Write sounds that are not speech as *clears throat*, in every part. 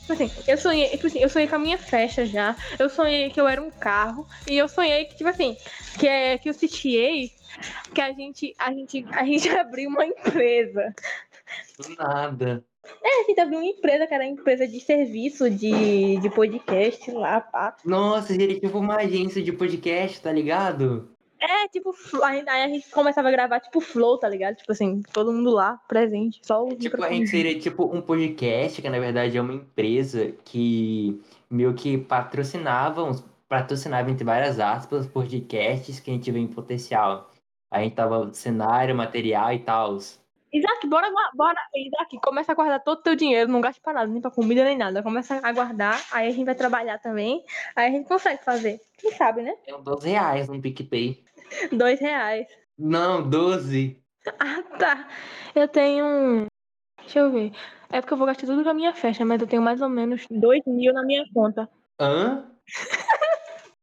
Tipo assim, eu sonhei, tipo assim, eu sonhei com a minha festa já. Eu sonhei que eu era um carro. E eu sonhei que, tipo assim, que, é, que eu sitiei que a gente, a gente, a gente *laughs* abriu uma empresa. Do nada. É, a gente abriu uma empresa, cara, uma empresa de serviço, de, de podcast lá, pá. Nossa, seria tipo uma agência de podcast, tá ligado? É, tipo, fl- aí aí a gente começava a gravar, tipo, flow, tá ligado? Tipo assim, todo mundo lá, presente, só o Tipo, a microfone. gente seria tipo um podcast, que na verdade é uma empresa que meio que patrocinava, uns- patrocinava entre várias aspas, podcasts que a gente vê em potencial. A gente tava cenário, material e tal. Isaac, bora, gua- bora, Isaac, começa a guardar todo o teu dinheiro, não gasta pra nada, nem pra comida, nem nada. Começa a guardar, aí a gente vai trabalhar também, aí a gente consegue fazer. Quem sabe, né? Eram 12 reais no PicPay. Dois reais. *laughs* Não, 12. Ah, tá. Eu tenho. um- Deixa eu ver. É porque eu vou gastar tudo com a minha festa, mas eu tenho mais ou menos dois mil na minha conta. Hã?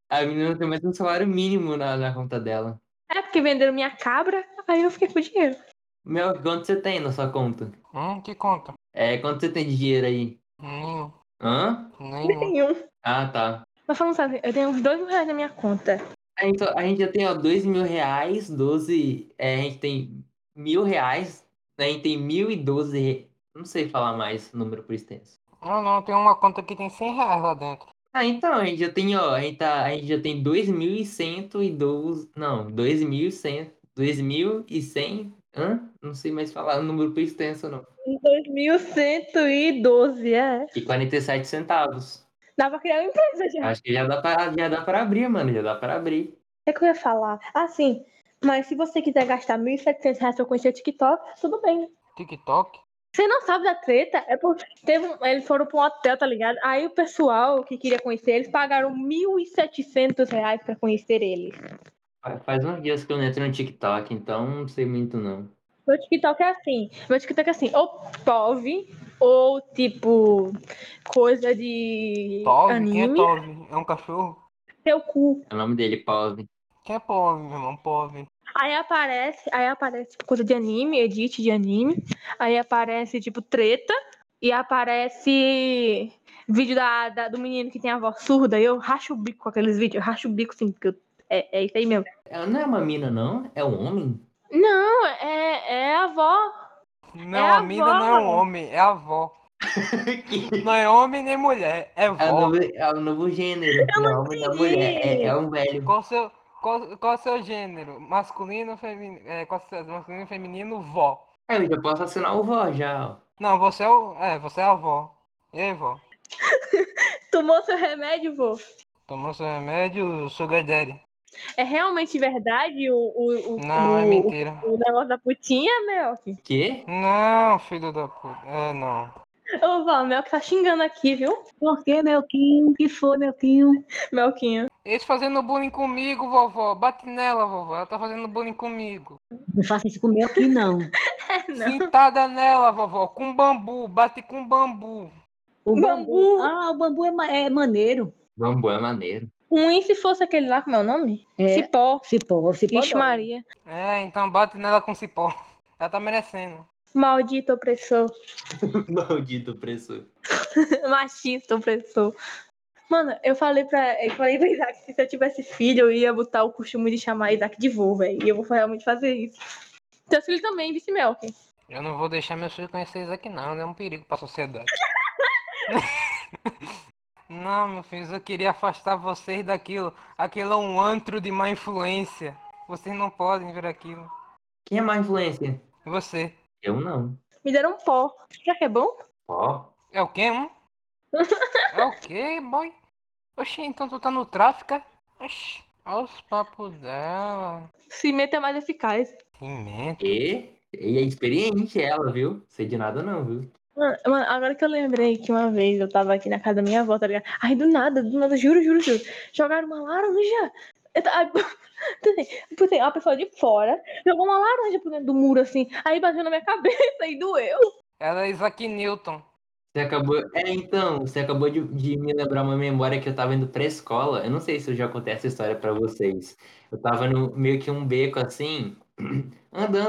A menina tem mais um salário mínimo na, na conta dela. É porque venderam minha cabra, aí eu fiquei com o dinheiro. Mel, quanto você tem na sua conta? Hum, que conta? É, quanto você tem de dinheiro aí? Nenhum, Hã? nenhum. Nenhum. Ah, tá. Mas falando sério, eu tenho uns dois mil reais na minha conta. A gente, só- a gente já tem, ó, dois mil reais, 12. É, a gente tem mil reais, né, a gente tem mil e doze. re- Não sei falar mais o número por extenso. Não, não, tem uma conta que tem 100 reais lá dentro. Ah, então, a gente já tem, ó, a gente, tá, a gente já tem dois mil e cento e doze. Não, dois mil e cento. Dois mil e cem. Hã? Não sei mais falar o número por extenso, não. Dois mil cento e doze, é. E 47 centavos. Dá pra criar uma empresa já. Acho que já dá pra, já dá pra abrir, mano. Já dá pra abrir. O que, é que eu ia falar? Ah, sim. Mas se você quiser gastar 1.700 reais pra conhecer o TikTok, tudo bem. TikTok? Você não sabe da treta? É porque teve um- eles foram pra um hotel, tá ligado? Aí o pessoal que queria conhecer eles pagaram 1.700 reais pra conhecer eles. Fa- Faz uns dias que eu não entro no TikTok, então não sei muito, não. Meu TikTok é assim. Meu TikTok é assim. Ou POV, ou tipo coisa de Tove? Quem é anime. Tove? É um cachorro? Seu cu. É o nome dele, Paulo. Quem é Pove, meu irmão? Pove. Aí aparece, aí aparece tipo, coisa de anime, edit de anime. Aí aparece, tipo, treta. E aparece vídeo da, da- do menino que tem a voz surda. E eu racho o bico com aqueles vídeos. Eu racho o bico, sim, porque eu- é, é isso aí mesmo. Ela não é uma mina, não? É um homem? *laughs* Não, é, é a avó. Não, É a a mina avó, não é um mano. homem, é a avó. Não é homem nem mulher, é É o vó. novo, é o novo gênero. Não é homem, não é entendi. mulher. É, é um velho. Qual seu, qual, qual seu gênero? Masculino, feminino. É, qual seu, masculino, feminino, vó. É, eu já posso assinar o vó já, ó. Não, você é o. É, você é a avó. E aí, vó? Tomou seu remédio, vô. Tomou seu remédio, sugar daddy. É realmente verdade o, o, o, Não, é o- mentira. o negócio da putinha, Melk? Quê? Não, filho da puta. É, não. Ô, vó, o Melk tá xingando aqui, viu? Por que, Melquinho? que foi, Melquinho? Melquinho. Eles fazendo bullying comigo, vovó. Bate nela, vovó. Ela tá fazendo bullying comigo. Não faça isso com o meu aqui, não. É, não. Sentada nela, vovó. Com bambu. Bate com bambu. *laughs* O Bambu. Ah, o bambu é, ma- é maneiro. Bambu é maneiro. *laughs* Ruim Um se fosse aquele lá, como é o nome? É. Cipó. Cipó, cipó. Ixi, dói. Maria. É, então bate nela com cipó. Ela tá merecendo. Maldito opressor. Maldito opressor. *laughs* Machista opressor. Mano, eu falei pra, eu falei pra Isaac que se eu tivesse filho, eu ia botar o costume de chamar Isaac de vô, velho. E eu vou realmente fazer isso. Teu filho também, vice Melk. Eu não vou deixar meus filhos conhecer isso aqui, não. É um perigo pra sociedade. não, meus filhos, eu queria afastar vocês daquilo. Aquilo é um antro de má influência. Vocês não podem ver aquilo. Quem é má influência? Você. Eu não. Me deram um pó. Será que é bom? Ó. É o quê, hum? É o quê, boy? Oxi, então tu tá no tráfico? é? Oxi, olha os papos dela. Cimento é mais eficaz. Pimenta. E, e é experiente ela, viu? Sei de nada não, viu? Mano, mano, agora que eu lembrei que uma vez eu tava aqui na casa da minha avó, tá ligado? Aí do nada, do nada, juro, juro, juro. Jogaram uma laranja. Eu ta- *laughs* aí, tipo assim, tipo assim, uma pessoa de fora jogou uma laranja por dentro do muro, assim. Aí bateu na minha *laughs* cabeça e doeu. Ela é Isaac Newton. Você acabou. É, então, você acabou de, de me lembrar uma memória que eu tava indo pra escola. Eu não sei se eu já contei essa história pra vocês. Eu tava no meio que um beco assim, *clears throat* Andando,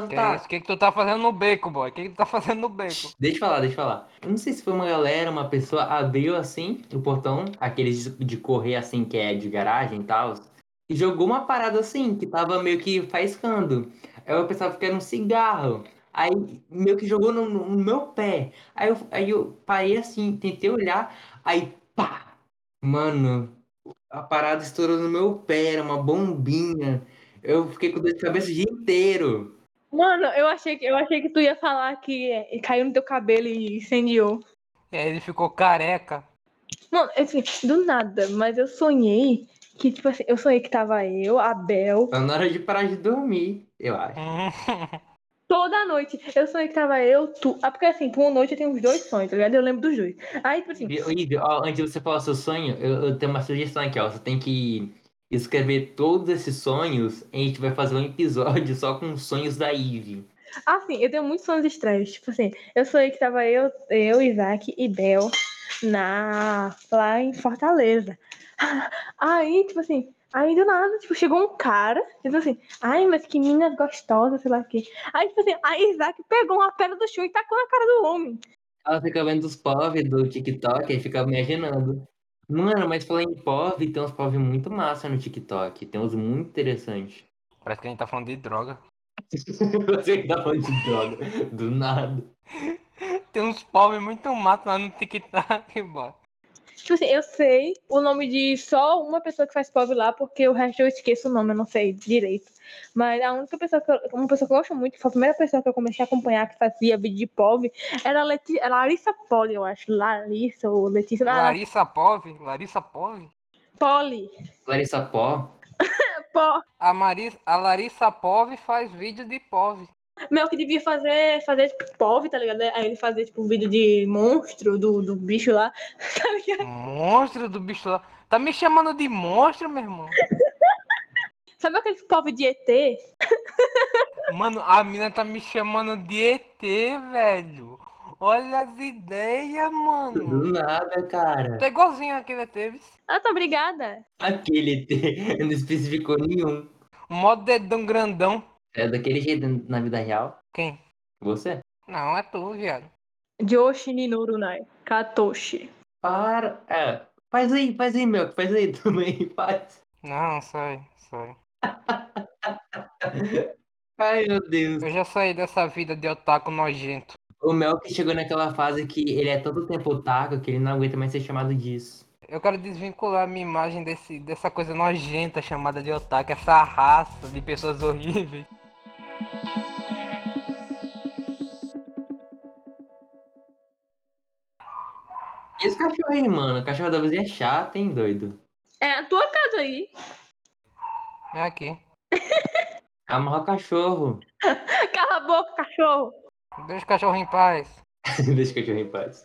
Que tá. isso? O que, que tu tá fazendo no beco, boy? O que, que tu tá fazendo no beco? Tipo, Deixa eu falar, deixa eu falar. Eu não sei se foi uma galera, uma pessoa abriu assim o portão, aqueles de- de correr assim que é de garagem e tal, e jogou uma parada assim, que tava meio que faiscando. Aí eu pensava que era um cigarro. Aí meio que jogou no, no meu pé. Aí eu, aí eu parei assim, tentei olhar, aí pá! Mano, a parada estourou no meu pé, era uma bombinha. Eu fiquei com dor de cabeça o dia inteiro. Mano, eu achei, que, eu achei que tu ia falar que é, caiu no teu cabelo e incendiou. E aí ele ficou careca. Mano, assim, do nada, mas eu sonhei que, tipo assim, eu sonhei que tava eu, a Bel, Tá na hora de parar de dormir, eu acho. Hum. toda noite. Eu sonhei que tava eu, tu. Ah, porque assim, por uma noite eu tenho uns dois sonhos, tá ligado? Eu lembro dos dois. Aí, tipo assim, Ô, Ivy, ó, antes de você falar seu sonho, eu, eu tenho uma sugestão aqui, ó. Você tem que escrever todos esses sonhos e a gente vai fazer um episódio só com os sonhos da Ivy. Assim, eu tenho muitos sonhos estranhos. Tipo assim, eu sonhei que tava eu, eu Isaac e Bel na, lá em Fortaleza. *laughs* Aí, tipo assim, aí do nada, tipo, chegou um cara, dizendo assim, ai, mas que mina gostosa, sei lá o quê. Aí, tipo assim, aí Isaac pegou uma pedra do chão e tacou na cara do homem. Ela fica vendo os povos do TikTok e fica imaginando. Mano, mas falando em POV, tem uns POV muito massa no TikTok. Tem uns muito interessantes. Parece que a gente tá falando de droga. *laughs* Você que tá falando de droga. Do nada. Tem uns pobres muito mato lá no TikTok, boy. Tipo assim, eu sei o nome de só uma pessoa que faz pobre lá, porque o resto eu esqueço o nome, eu não sei direito. Mas a única pessoa que eu, uma pessoa que eu gosto muito, foi a primeira pessoa que eu comecei a acompanhar que fazia vídeo de pobre, era a Leti- a Larissa Poli, eu acho. Larissa ou Letícia. Larissa Larissa Pove? Larissa Pove? Poli. Clarissa Pó. Pó. A, Maris, a Larissa Pove faz vídeo de Pove. Meu, que devia fazer, fazer tipo, pobre, tá ligado? Aí ele fazia, tipo, um vídeo de monstro, do, do bicho lá. *laughs* Tá ligado? Monstro do bicho lá. Tá me chamando de monstro, meu irmão? Sabe aqueles pobre de ET? Mano, a mina tá me chamando de ET, velho. Olha as ideias, Do mano. nada, cara. Tá igualzinho aquele ET. viu? Ah, tá, obrigada. Aquele ET *laughs* não especificou nenhum. Mó dedão grandão. É daquele jeito na vida real? Quem? Você? Não, é tu, viado. Joshi Ninurunai. Katoshi. Para. É, faz aí, faz aí, meu. Faz aí *laughs* também, faz. Não, sai, sai. Ai, meu Deus. Eu já saí dessa vida de otaku nojento. O Mel que chegou naquela fase que ele é tanto tempo otaku que ele não aguenta mais ser chamado disso. Eu quero desvincular a minha imagem desse, dessa coisa nojenta chamada de otaku, essa raça de pessoas horríveis. E esse cachorro aí, mano? O cachorro da vizinha é chato, hein, doido? É a tua casa aí. É aqui. Amarra o cachorro. *laughs* Cala a boca, cachorro. Deixa o cachorro em paz. Deixa o cachorro em paz.